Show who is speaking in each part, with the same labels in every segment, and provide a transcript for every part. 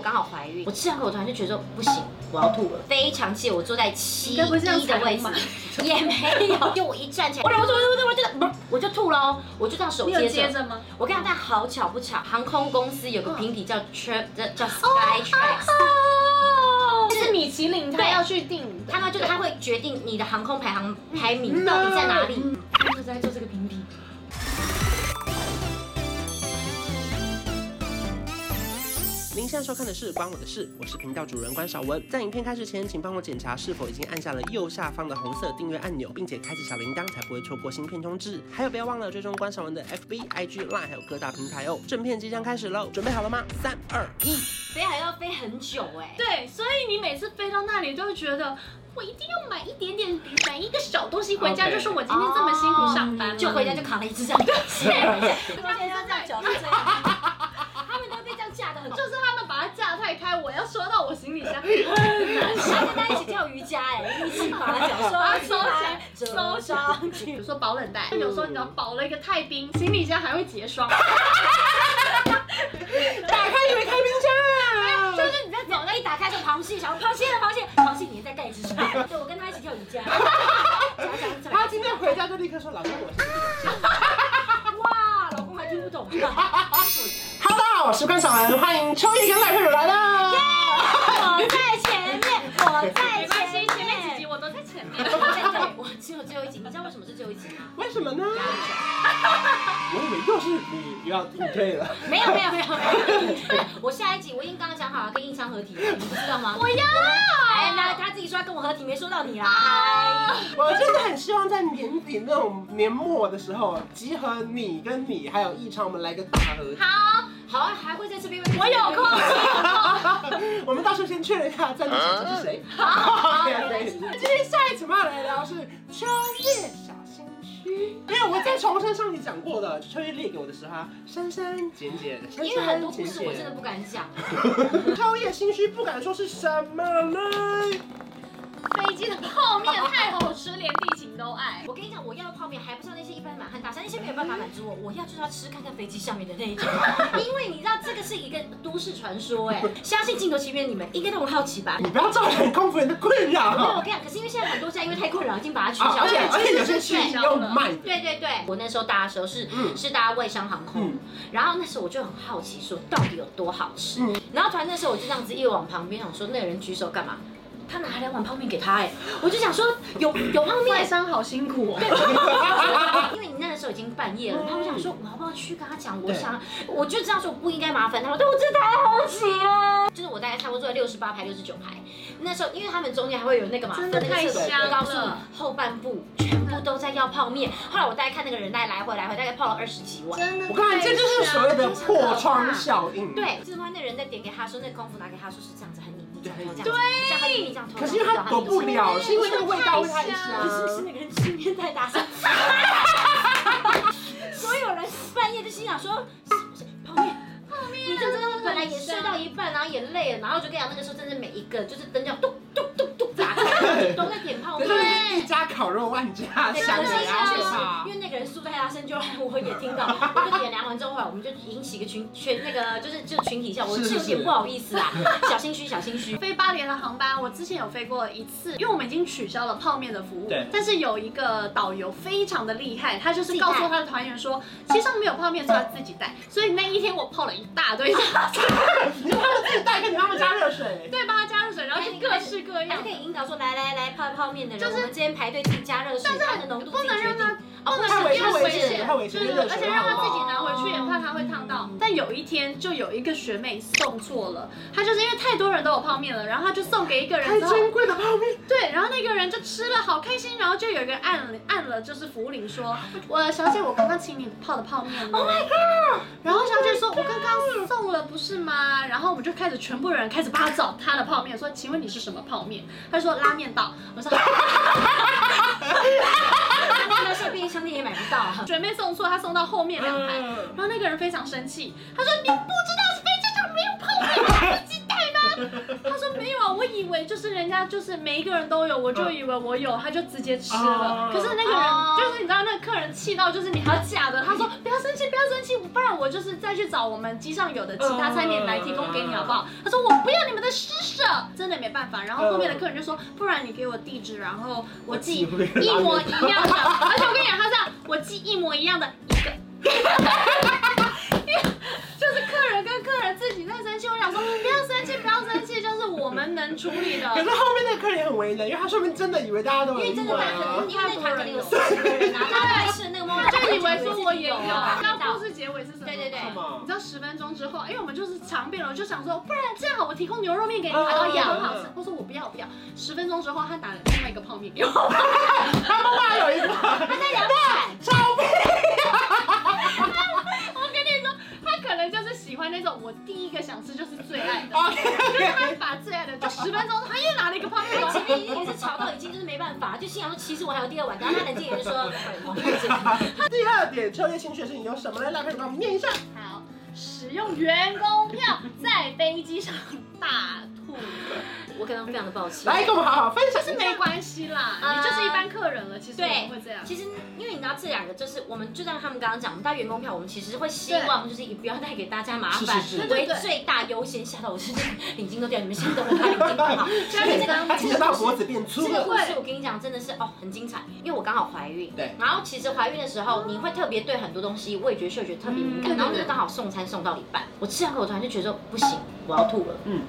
Speaker 1: 刚好怀孕，我吃两口，我突然就觉得说不行，我要吐了，非常气。我坐在七一
Speaker 2: 该不会是要
Speaker 1: 的
Speaker 2: 踩
Speaker 1: 位
Speaker 2: 红
Speaker 1: 置
Speaker 2: 吧，
Speaker 1: 也没有，就我一站起来，我忍不住，我就我就我就我就吐了哦，我就这样手
Speaker 2: 你有
Speaker 1: 接
Speaker 2: 接
Speaker 1: 着。
Speaker 2: 着吗？
Speaker 1: 我跟你讲，但好巧不巧，航空公司有个
Speaker 2: 嗯
Speaker 1: 平底叫 Trip，叫叫 Skytrax，
Speaker 2: 哦，是米其林，他
Speaker 1: 对
Speaker 2: 要去订的，
Speaker 1: 他们就是他会决定你的航空排行排名到底在哪里。
Speaker 2: 嗯？他就是在做这个评比。
Speaker 3: 您现在收看的是《关我的事》，我是频道主人关少文。在影片开始前，请帮我检查是否已经按下了右下方的红色订阅按钮，并且开启小铃铛，才不会错过新片通知。还有，不要忘了追踪关少文的 FB、IG、Line，还有各大平台哦。正片即将开始喽，准备好了吗？三、二、一。
Speaker 1: 飞还要飞很久哎、
Speaker 2: 对，所以你每次飞到那里都会觉得，我一定要买一点点，买一个小东西回家，
Speaker 3: OK
Speaker 2: 就说我今天这么辛苦上班了，
Speaker 1: 哦就回家就扛了一只这样子。
Speaker 2: 他们都这样讲，
Speaker 1: 他们都被这样架的很重，
Speaker 2: 就是他们把它架太开，我要收到我行李 箱很难受。
Speaker 1: 他跟他一起跳瑜伽哎、一起把脚
Speaker 2: 把它
Speaker 1: 收
Speaker 2: 收起来，
Speaker 1: 收
Speaker 2: 收
Speaker 1: 上
Speaker 2: 比
Speaker 1: 去。
Speaker 2: 如说保冷袋，有时候你知道保了一个太冰，行李箱还会结霜。
Speaker 3: 打开你们开冰箱啊！
Speaker 1: 就是你在走，那一打开就螃蟹，想说螃蟹了，螃蟹，螃蟹粘在盖子上。对，我跟他一起跳瑜伽。讲讲讲
Speaker 3: 他今天回家就立刻说：“老公，我是。
Speaker 1: 哇，老公还听不懂。”
Speaker 3: Hello，我是关少文，欢迎秋叶跟赖佩茹来啦！
Speaker 1: 我在前面，我在
Speaker 2: 没关系，前面几集
Speaker 1: 集。
Speaker 2: 我都在前面。
Speaker 1: 对，我只有最后一集，你知道为什么是最后一集吗？
Speaker 3: 为什么呢？我以为又是你又要你对了。
Speaker 1: 没有没有没有没有，我下一集我已经刚刚讲好了跟印昌合体了，你不知道吗？
Speaker 2: 我要，
Speaker 1: 哎，那他自己说要跟我合体，没说到你啦。
Speaker 2: 哎
Speaker 1: 嗨
Speaker 3: 我真的很希望在年底那种年末的时候，集合你跟你还有异常，我们来个大合体。
Speaker 2: 好，
Speaker 1: 好，还会在这边。
Speaker 2: 我有空，
Speaker 3: 我们到时候先确认一下赞助者是谁。
Speaker 1: 好
Speaker 3: 对啊对今天下一集我们要来聊是秋叶小心虚，因为我再重申上集讲过的，秋叶列给我的时候啊，删删减减，删
Speaker 1: 因为很多故
Speaker 3: 删减
Speaker 1: 事我真
Speaker 3: 减
Speaker 1: 的。不敢讲。
Speaker 3: 秋叶心虚不敢说是什么嘞。
Speaker 2: 飞机的泡面太好吃，连地勤都爱。
Speaker 1: 我跟你讲，我要的泡面还不像那些一般满汉大餐，那些没有办法满足我。我要就是要吃看看飞机上面的那一种， 因为你知道这个是一个都市传说哎，相信镜头前面你们应该都很好奇 吧？
Speaker 3: 你不要造成空服人的困扰
Speaker 1: 没有，我
Speaker 3: 啊！
Speaker 1: 跟你讲，可是因为现在很多家因为太困扰，已经把它取
Speaker 3: 啊
Speaker 1: 消
Speaker 3: 而且
Speaker 1: 掉。
Speaker 3: 而且有些区又慢的。
Speaker 1: 对对对，我那时候搭的时候是、
Speaker 3: 嗯
Speaker 1: 是搭外商航空，
Speaker 3: 嗯
Speaker 1: 然后那时候我就很好奇说到底有多好吃，
Speaker 3: 嗯
Speaker 1: 然后突然那时候我就这样子一往旁边想说那个人举手干嘛？他拿两碗泡面给他哎、我就想说有有泡
Speaker 2: 外
Speaker 1: 面。
Speaker 2: 商好辛苦哦。
Speaker 1: 因为你那个时候已经半夜了，然后我想说，我要不要去跟他讲？我
Speaker 3: 对
Speaker 1: 想，我就知道说不应该麻烦他。对，我真的太好奇了。就是我大概差不多坐在六十八排、六十九排，那时候因为他们中间还会有那个嘛，
Speaker 2: 真的
Speaker 1: 分那个
Speaker 2: 太
Speaker 1: 厕所
Speaker 2: 香
Speaker 1: 我告诉你
Speaker 2: 了，
Speaker 1: 后半部全部都在要泡面。后来我大概看那个人，大概来回来回，大概泡了二十几碗。
Speaker 2: 真的
Speaker 3: 我告诉你，这就是所谓的破窗效应。。
Speaker 1: 对，就是说那人在点给他说，那个功夫拿给他说是这样子，很隐秘，这样偷，这样
Speaker 3: 对
Speaker 1: 这样很隐秘，这样偷。
Speaker 3: 可是因为他躲不了，是因为那个味道会太
Speaker 1: 可是不
Speaker 3: 香。
Speaker 1: 是那个人吃面太大声，所有人半夜就心想说，是不是泡面？泡面？你知道真的，我本来也睡到一半，然后也累了，然后就跟你讲，那个时候真的每一个就是灯这样咚咚咚咚打开，都在点泡
Speaker 3: 对
Speaker 1: 面。
Speaker 3: 对，一家烤肉万家香
Speaker 1: 真的
Speaker 3: 也
Speaker 1: 是要
Speaker 3: 要
Speaker 1: 去试
Speaker 3: 怕
Speaker 1: 因。为那个人诉太大声，就来我也听到，我就点量完之后，后来我们就引起一个群群那个就是就群体笑，我
Speaker 3: 是是
Speaker 1: 是有点
Speaker 3: 是
Speaker 1: 不好意思啊，小心虚，小心虚。
Speaker 2: 飞巴黎的航班，我之前有飞过一次，因为我们已经取消了泡面的服务。
Speaker 3: 对
Speaker 2: 但是有一个导游非常的厉害，他就是告诉他的团员说，机上没有泡面，所以要自己带。
Speaker 3: 嗯
Speaker 2: 所以那一天我泡了一大 堆，
Speaker 3: 你让他们自己带，跟你让他们加热水。
Speaker 2: 对，帮他加热水，然后就各式各
Speaker 1: 还是
Speaker 2: 样
Speaker 1: 可。以引导说来来来泡泡面的人，
Speaker 2: 就是
Speaker 1: 我们今天排队自己加热水，它的浓度自己
Speaker 2: 不能
Speaker 1: 决
Speaker 2: 让
Speaker 1: 定
Speaker 2: 它。
Speaker 1: 哦，不能
Speaker 2: 能
Speaker 3: 太危
Speaker 2: 因为
Speaker 3: 危
Speaker 2: 危
Speaker 3: 险，
Speaker 2: 险
Speaker 3: 太危
Speaker 2: 就
Speaker 3: 险，因
Speaker 2: 是
Speaker 3: 为热
Speaker 2: 而
Speaker 3: 水
Speaker 2: 且让他自己
Speaker 3: 好
Speaker 2: 拿回去，也怕他会烫到。
Speaker 3: 嗯
Speaker 2: 但有一天，就有一个学妹送错了，她就是因为太多人都有泡面了，然后她就送给一个人
Speaker 3: 太
Speaker 2: 之后，
Speaker 3: 珍贵的泡面，
Speaker 2: 对，然后那个人就吃了，好开心。然后就有一个人按了按了，就是服务铃说：“我小姐，我刚刚请你泡的泡面。” Oh my god！然后小姐说：“我刚刚送了，不是吗？”然后我们就开始全部人开始帮他找他的泡面，说：“请问你是什么泡面？”他说：“拉面道。”我说。
Speaker 1: 那时候便利商店也买不到啊：“
Speaker 2: 学妹送错，他送到后面两排。”
Speaker 3: 嗯
Speaker 2: 然后那个人非常生气，他说：“你不知道飞机上没有泡面，你自己带吗？”他说：“没有啊，我以 以为就是人家就是每一个人都有，我就以为我有，他就直接吃
Speaker 3: 哦
Speaker 2: 了。可是那个
Speaker 1: 哦
Speaker 2: 人就是你知道，那个客人气到就是你还要假的，他说不要生气，不要生气，不然我就是再去找我们机上有的其他餐点来提供给你好不好？他说我不要你们的施舍，真的没办法。然后后面的客人就说，不然你给我地址，然后我寄
Speaker 3: 我寄那个
Speaker 2: 一模一样的，而且我跟你讲，他这样我寄一模一样的一个。就是客人跟客人自己在生气，我想说不要生气，不要生气，就是我们能处理
Speaker 3: 可是
Speaker 2: 的。
Speaker 3: 后面那个客人也很为难，因为他说明真的以为大家都有
Speaker 1: 因为真
Speaker 3: 英
Speaker 1: 的
Speaker 3: 文
Speaker 1: 大可
Speaker 3: 啊
Speaker 1: 能，。因为那团可能有四十个人，然后大家吃那个猫，
Speaker 2: 就以为说我也有，
Speaker 1: 啊
Speaker 2: 那故事结尾是什么？
Speaker 1: 对对对
Speaker 3: 干嘛
Speaker 2: 你知道十分钟之后，因为我们就是常变了，我就想说，不然这样好，我提供牛肉面给你，
Speaker 3: 嗯
Speaker 2: 他说也很好
Speaker 3: 嗯
Speaker 2: 吃
Speaker 3: 嗯。
Speaker 2: 我说我不要不要。十分钟之后，他打了另外一个泡面给我，
Speaker 3: 他妈妈有一个，
Speaker 1: 他在两 百，
Speaker 2: 我跟你说，他可能就是喜欢那种我第一个想吃就是最爱
Speaker 3: 哦
Speaker 2: 的，就是
Speaker 3: OK
Speaker 2: 他把最爱的，就十分钟他又拿了一个泡面给我
Speaker 1: 他。前面哎也是吵到已经就是没办法，就心想说其实我还有第二碗，然后他冷静也就说 我不会接
Speaker 3: 第二点，秋叶新学生你有什么呢？来，快点帮我们念一下。
Speaker 2: 好，使用员工票在飞机上大吐，
Speaker 1: 我刚刚非常的抱歉。
Speaker 3: 来，跟我们好好分享
Speaker 2: 但是
Speaker 3: 一
Speaker 2: 没
Speaker 3: 下。
Speaker 2: 关系啦，
Speaker 1: 呃
Speaker 2: 你就是一般客人了，其实我
Speaker 1: 对
Speaker 2: 们会这样。
Speaker 1: 其实，因为你知道这两个，就是我们就像他们刚刚讲，我们带员工票，我们其实会希望就是以不要带给大家麻烦
Speaker 3: 是是是
Speaker 1: 为
Speaker 2: 对对对
Speaker 1: 最大优先。吓到我，真的领巾都掉，你们先等我把领巾绑好。
Speaker 2: 这样子
Speaker 1: 这
Speaker 3: 他
Speaker 1: 个
Speaker 3: 其实到脖子变粗
Speaker 1: 这个
Speaker 3: 了。
Speaker 1: 故事我跟你讲，真的是哦，很精彩。因为我刚好怀孕，
Speaker 3: 对
Speaker 1: 然后其实怀孕的时候，你会特别对很多东西味觉、嗅觉特别敏感。
Speaker 2: 嗯
Speaker 1: 然后那个刚好送餐送到一半，我吃两口，我突然就觉得说不行，我要吐了。
Speaker 3: 嗯
Speaker 1: 嗯。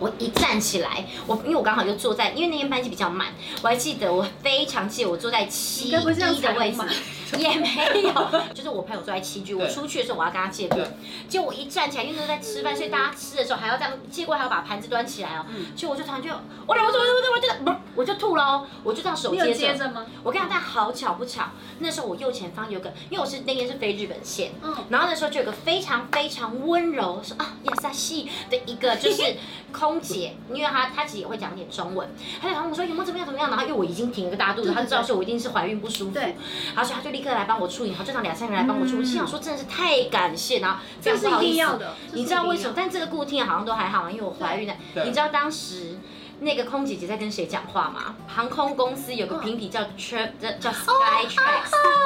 Speaker 1: 我一站起来，我因为我刚好就坐在，因为那天班机比较慢，我还记得我非常记得我坐在七一
Speaker 2: 应该不是这样
Speaker 1: 的
Speaker 2: 踩
Speaker 1: 位
Speaker 2: 我
Speaker 1: 置
Speaker 2: 嘛，
Speaker 1: 也没有，就是我朋友坐在 七居，我
Speaker 3: 对
Speaker 1: 出去的时候我要跟他借过
Speaker 3: 对，
Speaker 1: 结果我一站起来，因为都在吃饭，所以大家吃的时候还要这样借过，还要把盘子端起来哦。
Speaker 2: 嗯
Speaker 1: 就我就突然就，我忍不住，我忍不住，我就不，我就吐了哦，我就这样手
Speaker 2: 你有
Speaker 1: 接
Speaker 2: 接
Speaker 1: 着。
Speaker 2: 着吗？
Speaker 1: 我跟你讲，但好巧不巧，那时候我右前方有个，因为我是那天是飞日本线，
Speaker 2: 嗯，
Speaker 1: 然后那时候就有个非常非常温柔说啊亚萨西的一个就是 空姐，因为她她其实也会讲点中文，她就跟我说有没有怎么样怎么样，然后因为我已经挺了个大肚子，
Speaker 2: 对对
Speaker 1: 她知道说我一定是怀孕不舒服，
Speaker 2: 对
Speaker 1: 然后所以她就立刻来帮我处理，然后就让两三个人来帮我处理，
Speaker 2: 嗯
Speaker 1: 心想说真的是太感谢，然后
Speaker 2: 这是
Speaker 1: 非常
Speaker 2: 一
Speaker 1: 不好意
Speaker 2: 定
Speaker 1: 思
Speaker 2: 要的。
Speaker 1: 你知道为什么？？但这个固定好像都还好，因为我怀孕了。
Speaker 3: 对
Speaker 1: 你知道当时那个空姐姐在跟谁讲话吗？航空公司有
Speaker 2: 嗯
Speaker 1: 个评比叫 Trip，叫叫 Skytrax，、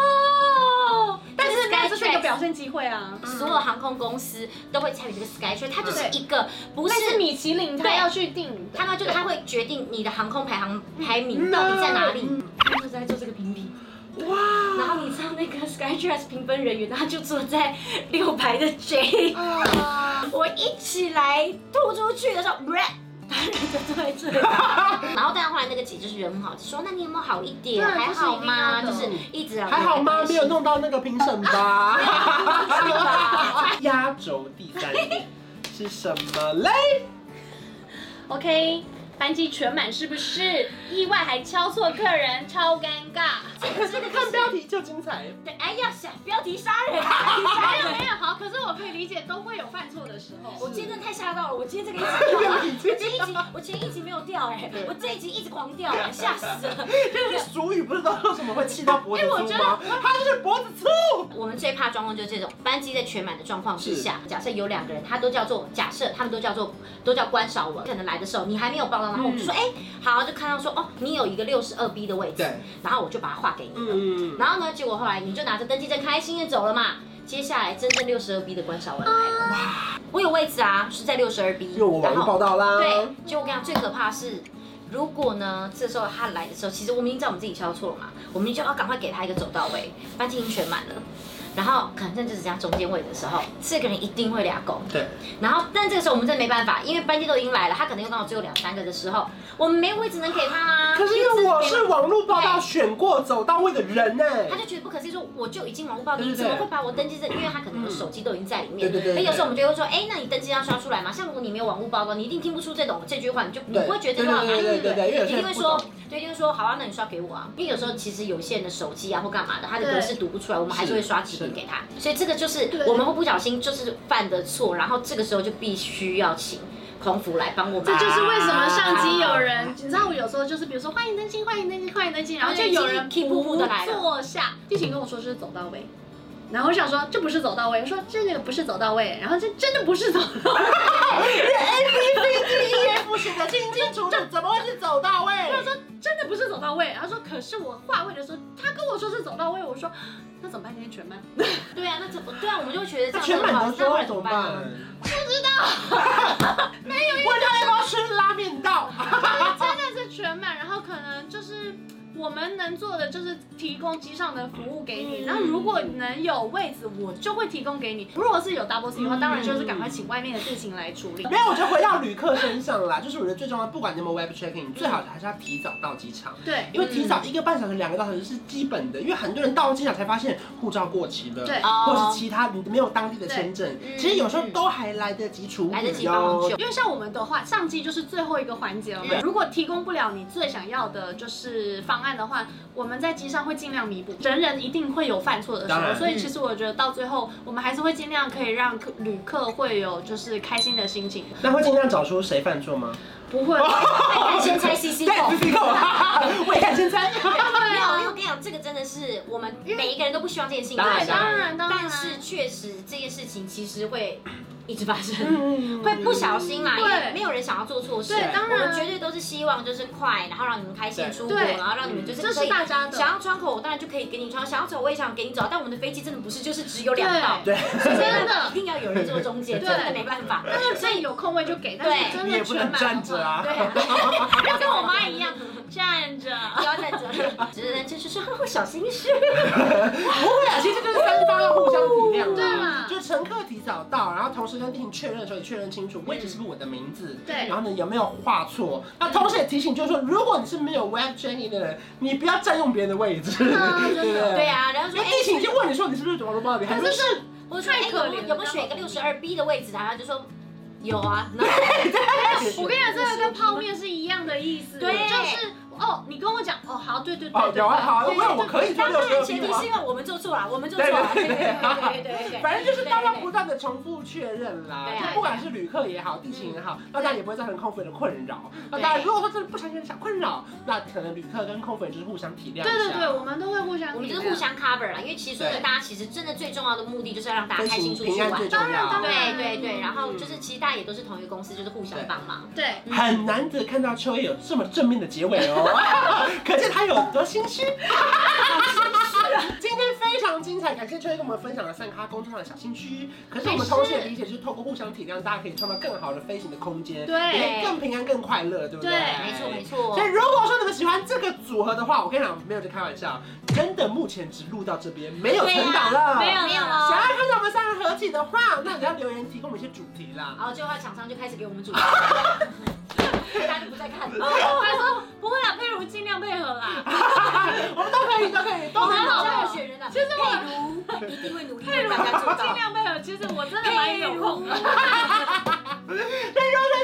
Speaker 2: 哦，但是那
Speaker 1: Skytrax
Speaker 2: 就是一个表现机会啊。
Speaker 1: 所有航空公司都会参与这个 Skytrax，它就是一个不
Speaker 2: 不
Speaker 1: 是。
Speaker 2: 是米其林，他
Speaker 1: 对
Speaker 2: 要去定的。
Speaker 1: 他们就它会决定你的航空排行
Speaker 3: 嗯
Speaker 1: 排名到底在哪里，他就是在做这个评比。
Speaker 3: 哇！
Speaker 1: 然后你知道那个 Skytrax 评分人员，他就坐在六排的 J，
Speaker 3: 嗯
Speaker 2: 啊，
Speaker 1: 我一起来吐出去的时候，他人就坐在 这里。然后但后来那个姐就是人很好，就说那你有没有好一点？
Speaker 2: 对
Speaker 1: 还好吗？就
Speaker 2: 就是是
Speaker 1: 一直
Speaker 3: 还好吗？没有弄到那个评审吧？压轴第三点是什么嘞？
Speaker 2: OK，班机全满是不是？意外还敲错客人，超尴 尬。
Speaker 1: 这个
Speaker 3: 看标题就精彩。
Speaker 1: 对，哎呀，想标题杀人，
Speaker 2: 没 有没有好，可是我可以理解，都会有犯错的时候。
Speaker 1: 我今天真的太吓到了，我今天这个一 直掉，我前一集啊我前一集没有掉哎、我这一集一直狂掉哎、吓死 了。
Speaker 3: 这个俗语不是都说什么会气到脖子
Speaker 2: 哎我
Speaker 3: 粗
Speaker 2: 觉
Speaker 3: 吗？他就是脖子粗。
Speaker 1: 我们最怕状况就是这种班机在全满的状况之下，假设有两个人，他都叫做假设他们都叫做都叫关少文，可能来的时候你还没有报到，然后我们就说哎、好，就看到说哦你有一个六十二 B 的位置，
Speaker 3: 对，
Speaker 1: 然后我就把它划给你了。
Speaker 3: 嗯，
Speaker 1: 然后呢，结果后来你就拿着登记证开心的走了嘛。接下来真正六十二 B 的关少文来了，我有位置啊，是在六十二 B，
Speaker 3: 因为我网
Speaker 1: 然
Speaker 3: 络报
Speaker 1: 后
Speaker 3: 道啦。
Speaker 1: 对，就我跟你讲，最可怕的是。如果呢，这时候他来的时候，其实我们已经知道我们自己敲错了嘛，我们就要赶快给他一个走到位，班级已经全满了，然后可能就只加中间位的时候，这个人一定会俩狗，
Speaker 3: 对，
Speaker 1: 然后，但这个时候我们真的没办法，因为班机都已经来了，他可能又刚好只有两三个的时候，我们没位置能给他啊。
Speaker 3: 可是因为我是网络报道选过走到位的人呢。
Speaker 1: 他就觉得不可思议，说我就已经忙不报，
Speaker 3: 对对
Speaker 1: 你
Speaker 3: 对
Speaker 1: 怎么会把我登记证？因为他可能有手机都已经在里面。
Speaker 3: 对对对对
Speaker 1: 那有时候我们就会说，哎，那你登记要刷出来嘛？像如果你没有网络报告，你一定听不出这种这句话，你就你不会觉得这句话好
Speaker 3: 对对对对对对因为有
Speaker 1: 难，
Speaker 3: 些
Speaker 1: 你
Speaker 3: 人
Speaker 1: 一定会说，对，就是说，好啊，那你刷给我啊。因为有时候其实有些人的手机啊或干嘛的，他的格式读不出来，我们还是会刷几笔给他。所以这个就是
Speaker 2: 对
Speaker 1: 我们会不小心就是犯的错，然后这个时候就必须要请空服来帮我们。
Speaker 2: 这就是为
Speaker 1: 啊
Speaker 2: 什么上机有人，你知道我有时候就是，比如说欢迎登机，欢迎登机，欢迎登机，然后就有人
Speaker 1: 气呼呼
Speaker 2: 不
Speaker 1: 地来了
Speaker 2: 坐下。地勤跟我说这是走到位，然后我想说这不是走到位，我说这个不是走到位，然后这真的不是走到位，
Speaker 3: A B C D E F 写的清清楚楚，
Speaker 2: 到位。他说，可是我画位的时候，他跟我说是走到位，我说那怎么办？今天全班，
Speaker 1: 对啊，那怎么对啊？我们就会觉得这
Speaker 3: 那
Speaker 1: 样
Speaker 3: 全
Speaker 1: 很
Speaker 3: 满
Speaker 1: 好
Speaker 3: 都说
Speaker 1: 那
Speaker 3: 了怎么办？
Speaker 1: 办？啊
Speaker 3: 不知道， 没有。问他要不要吃拉面道？
Speaker 2: 真的是全满，然后可能就是。我们能做的就是提供机上的服务给你，
Speaker 1: 嗯
Speaker 2: 然后如果能有位子，我就会提供给你。如果是有 double C 的话，
Speaker 3: 嗯
Speaker 2: 当然就是赶快请外面的事情来处理。
Speaker 3: 没有，我觉得回到旅客身上啦，就是我觉得最重要，不管你有没有 web checking，最好的还是要提早到机场。
Speaker 2: 对
Speaker 3: 因为提早一个半小时、两个小时是基本的，因为很多人到了机场才发现护照过期了，
Speaker 2: 对
Speaker 3: 或是
Speaker 1: 哦，
Speaker 3: 其他你没有当地的签证
Speaker 1: 对，嗯
Speaker 3: 其实有时候都还来得及处
Speaker 1: 来得及
Speaker 3: 理
Speaker 1: 帮忙
Speaker 3: 哦
Speaker 1: 救。
Speaker 2: 因为像我们的话，上机就是最后一个环节了嘛
Speaker 3: 嗯
Speaker 1: 对。
Speaker 2: 如果提供不了你最想要的就是方案的话，我们在机上会尽量弥补。人人一定会有犯错的时
Speaker 3: 当
Speaker 2: 候，
Speaker 3: 然
Speaker 2: 所以其实我觉得到最后，我们还是会尽量可以让客旅客会有就是开心的心情，
Speaker 3: 那会尽量找出谁犯错吗？
Speaker 2: 不会。
Speaker 1: 看先猜 C C
Speaker 3: 哦对，自己够 了，我也敢先猜。
Speaker 1: 没有，因为我跟你讲，这个真的是我们每一个人都不希望这件事情
Speaker 3: 当然
Speaker 1: 发生，
Speaker 2: 当然，当然，
Speaker 1: 但是确实这件事情其实会一直发生。
Speaker 3: 嗯
Speaker 1: 会不小心啦，因为
Speaker 2: 对
Speaker 1: 没有人想要做错事。
Speaker 2: 对当然
Speaker 1: 我们绝对都是希望就是快，然后让你们开心
Speaker 3: 对
Speaker 1: 出国，
Speaker 2: 对
Speaker 1: 然后让你们就是
Speaker 2: 嗯这
Speaker 1: 可
Speaker 2: 是
Speaker 1: 以
Speaker 2: 大家的。
Speaker 1: 想要窗口，我当然就可以给你窗；想要走，我也想给你走。但我们的飞机真的不是，就是只有两道，
Speaker 3: 对，
Speaker 2: 真的
Speaker 1: 一定要有人坐中间，
Speaker 2: 对
Speaker 1: 真的没办法。
Speaker 2: 但是所以有空位就给，但是
Speaker 1: 对
Speaker 2: 真
Speaker 3: 你
Speaker 2: 的
Speaker 3: 也不
Speaker 2: 全
Speaker 3: 能
Speaker 2: 满
Speaker 3: 站着啊。
Speaker 1: 对 啊，
Speaker 2: 就跟我妈一样站着。
Speaker 1: 不要站着，只是就是说 呵呵小心事。
Speaker 3: 不会啊，其实这就是三方要互相体谅
Speaker 2: 对
Speaker 3: 啦
Speaker 2: 啦。
Speaker 3: 就乘客提早到，然后同时跟地勤确认的时候也确认清楚位置是不是我的名字，
Speaker 2: 对
Speaker 3: 然后呢有没有画错。那同时也提醒，就是说如果你是没有 web checking 的人，你不要占用别人的 位置，
Speaker 2: 嗯
Speaker 3: 对不对？
Speaker 1: 对啊，然后
Speaker 3: 因
Speaker 1: 说
Speaker 3: 为
Speaker 1: 哎，
Speaker 3: 地勤已经问你说你是不是走龙包里，还
Speaker 2: 可
Speaker 3: 是
Speaker 2: 是是
Speaker 1: 我说哎
Speaker 2: 太可
Speaker 1: 有
Speaker 2: 怜
Speaker 1: 没有
Speaker 2: 了
Speaker 1: 有没有选一个六十二 B 的位置啊？他就说有 啊。然后
Speaker 2: 哎
Speaker 3: 哎
Speaker 2: 我跟你讲，这个跟泡面是一样的意思，
Speaker 1: 对
Speaker 2: 就是哦，你跟我讲哦，好，对对对，
Speaker 3: 哦
Speaker 2: 对
Speaker 3: 有啊好啊，
Speaker 2: 对
Speaker 3: 我有我可以做
Speaker 1: 当
Speaker 3: 六十
Speaker 1: 然
Speaker 3: 二
Speaker 1: 前
Speaker 3: B
Speaker 1: 提
Speaker 3: 吗
Speaker 1: 是？因为我们做错了，我们做错了。
Speaker 3: 啊对
Speaker 1: 对
Speaker 3: 对
Speaker 1: 对对
Speaker 3: 对
Speaker 1: 对对对对。
Speaker 3: 反正就是大家
Speaker 1: 对对对
Speaker 3: 不断的重复确认啦
Speaker 1: 对，啊
Speaker 3: 就不管是旅客也好，地勤也好，那大家也不会造成空服员的困扰。那当然，
Speaker 1: 嗯对
Speaker 3: 如果说真的不小心小困扰，那可能旅客跟空服员就是互相体谅一下。
Speaker 2: 对对对，我们都会互相，
Speaker 1: 我们就是互。相 cover 啦，因为其实说的
Speaker 3: 对
Speaker 1: 大家其实真的最重要的目的就是要让大家
Speaker 3: 分
Speaker 1: 开心啊
Speaker 3: 行
Speaker 1: 出去
Speaker 3: 平安
Speaker 1: 玩
Speaker 3: 最。重
Speaker 2: 当然
Speaker 3: 要
Speaker 2: 当。
Speaker 1: 对
Speaker 2: 然
Speaker 1: 对对，
Speaker 2: 嗯
Speaker 1: 然后就是其实大家也都是同一个公司，就是互相帮忙。
Speaker 2: 对，
Speaker 1: 嗯
Speaker 3: 很难得看到秋叶有这么正面的结尾哦， 可见他有多心虚。 今天非常精彩，感谢秋叶跟我们分享了三咖工作上的小心虚。可是我们同时也理解，就是透过互相体谅，大家可以创造更好的飞行的空间，
Speaker 2: 对
Speaker 3: 也更平安、更快乐，对不对？
Speaker 2: 对
Speaker 1: 没错没错
Speaker 3: 所以。如果说你们喜欢这个组合的话，我跟你讲，没有在开玩笑，真的目前只录到这边，没啊 有成长了。
Speaker 2: 啊没有
Speaker 1: 没有
Speaker 3: 想
Speaker 1: 哦。
Speaker 3: 要看到我们三人合体的话，那你要留言提供我们一些主题 啦。
Speaker 1: 然后就话厂商就开始给我们主题，哦大家就不再看了。
Speaker 2: 他说不会啦，佩如尽量配合啦。
Speaker 3: 我们都可以，都可以，都
Speaker 1: 我
Speaker 3: 可
Speaker 1: 们
Speaker 3: 以。
Speaker 1: 好像有选人了，
Speaker 2: 其实
Speaker 1: 我佩如一定会努力为大家做
Speaker 2: 尽
Speaker 1: 到。
Speaker 2: 量配合，其实我真的蛮有空的。
Speaker 3: 那如果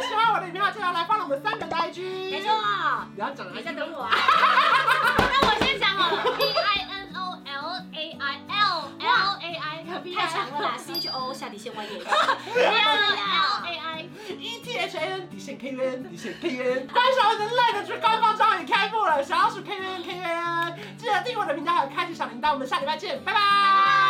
Speaker 3: 你喜欢我的影片，记得来帮我们三人的 IG。
Speaker 1: 没错，
Speaker 3: 你要讲
Speaker 1: 你
Speaker 3: IG
Speaker 1: 在
Speaker 3: 吗
Speaker 1: 等我啊。
Speaker 2: 那我先讲好了，B I N O L A I L L A I 和 B
Speaker 1: 太
Speaker 2: I
Speaker 1: 长了啦，C H O 下底线 Y E。
Speaker 2: L A I。
Speaker 3: E T H A N 底线 K U N 底线 K U N，关小人类的去官方账号也开幕了，小老鼠 K U N K U N，记得订阅我的频道，还有开启小铃铛，我们下礼拜见，拜拜